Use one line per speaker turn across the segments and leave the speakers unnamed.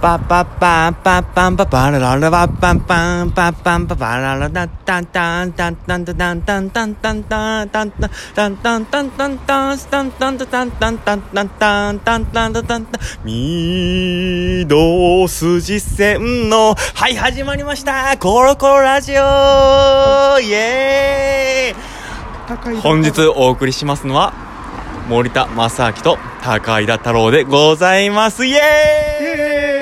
パパパパパンパパラララパパンパンパパンパパララダタンタンタンタンタンタンタンタンタンタンタンタンタンタンタンタンタンタンタンタンタンタンタンタンタンタンタンみどすじ線のはい始まりましたコロコロラジオイエーイ本日お送りしますのは森田正明と高井田太郎でございますイエーイ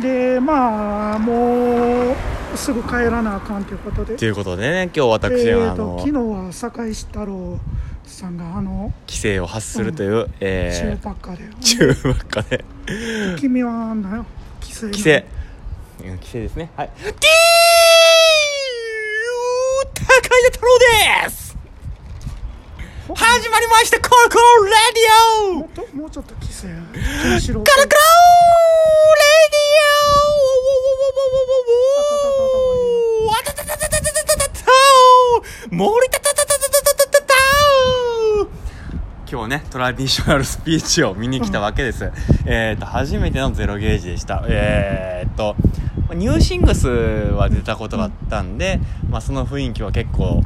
でまあもうすぐ帰らなあかんということで
ということでね今日私
え
はあ
ーと
の
昨日は堺市太郎さんがあの
規制を発するという、
中
え
パッカで
ー、中ばっかで
「君は何よ規制の
規制うん規制ですねはい T 高井田太郎です
ほ
始まりましたコロコロラディオ
もっともうちょっと規制ケンシロウ
カラカラレディオあたたたたたたたたたた森たたたたたたたたた 今日ねトラディショナルスピーチを見に来たわけ です、えっと初めてのゼロゲージでしたえっとニューシングスは出たことがあったんで、まあ、その雰囲気は結構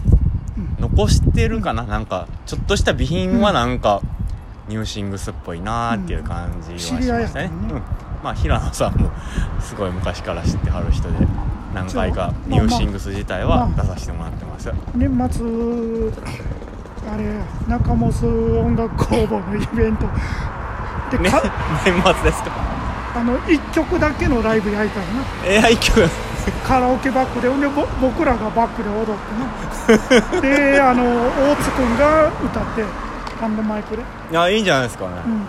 残してるかな、なんかちょっとした備品はなんか、ニューシングスっぽいなーっていう感じはしましたね、う
う
ん
ん
まあ平野さんもすごい昔から知ってはる人で何回か
そう
ニューシングス自体は出させてもらってます、
年末あれ中本音楽工房のイベントで、
ね
か
年末ですか
あの1曲だけのライブやりたいな
AI 曲
カラオケバックでほんでぼ僕らがバックで踊 ってねであの大津君が歌ってハンドマイクで、
いやいいんじゃないですか
う
ね
ん、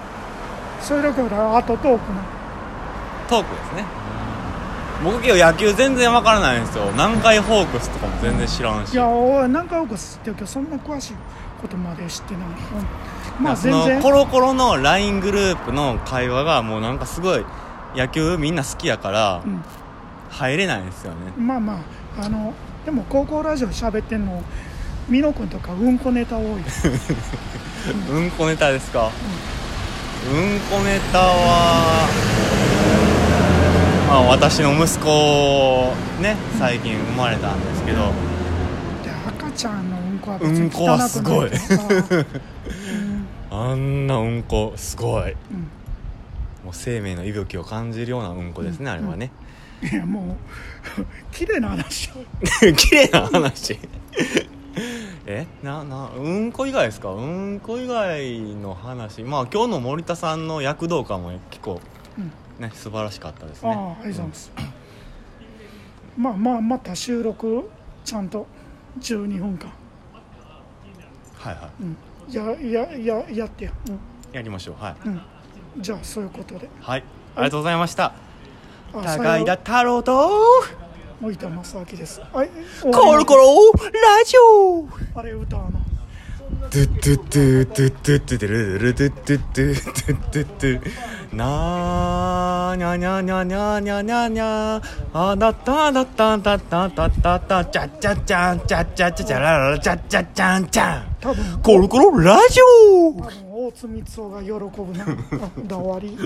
それだからあとトークな
トークですね僕今日野球全然わからないんですよ南海ホークスとかも全然知らんし
いやおい何回か知ってるけどそんな詳しいことまで知ってない、うん、まあ
そ
全
の
然
コロコロの LINE グループの会話がもうなんかすごい野球みんな好きやから
うん
入れないんですよね
まあまああのでも高校ラジオ喋ってんの美濃君とかうんこネタ多い
うんこネタですか、うん、こネタは、まあ、私の息子ね最近生まれたんですけど、
で赤ちゃんのうんこは別
うん
に
こ
汚く
は
ない
すごい
からさ
あんなうんこすごい
う
も
ん
う生命の息吹を感じるようなうんこですね、
うん
あれはね
いやもう 綺麗な話を
綺麗な話 えななうんこ以外ですかうんこ以外の話まあ今日の森田さんの躍動感も結構
うん
ね素晴らしかったですね
ああありがとうございます、まあまあまた収録ちゃんと12分間、
はいは
うん、ややややってよ、
いやりましょうはい
うんうん、じゃあそういうことで
はい、ありがとうございました。
あ
高井田
さよ
太郎と、
う森田正明ですはい終わり
コロコロラジオ
あれ歌うの
ドゥドゥドゥドゥドゥドゥドゥルルドゥドゥドゥドゥドゥドゥなーにゃにゃにゃにゃにゃにゃにゃあだっただっただっただっただちゃちゃちゃんちゃちゃちゃちゃらららちゃちゃちゃんちゃん
多分
コロコロラジオ
多分大津光雄が喜ぶなあだ終わり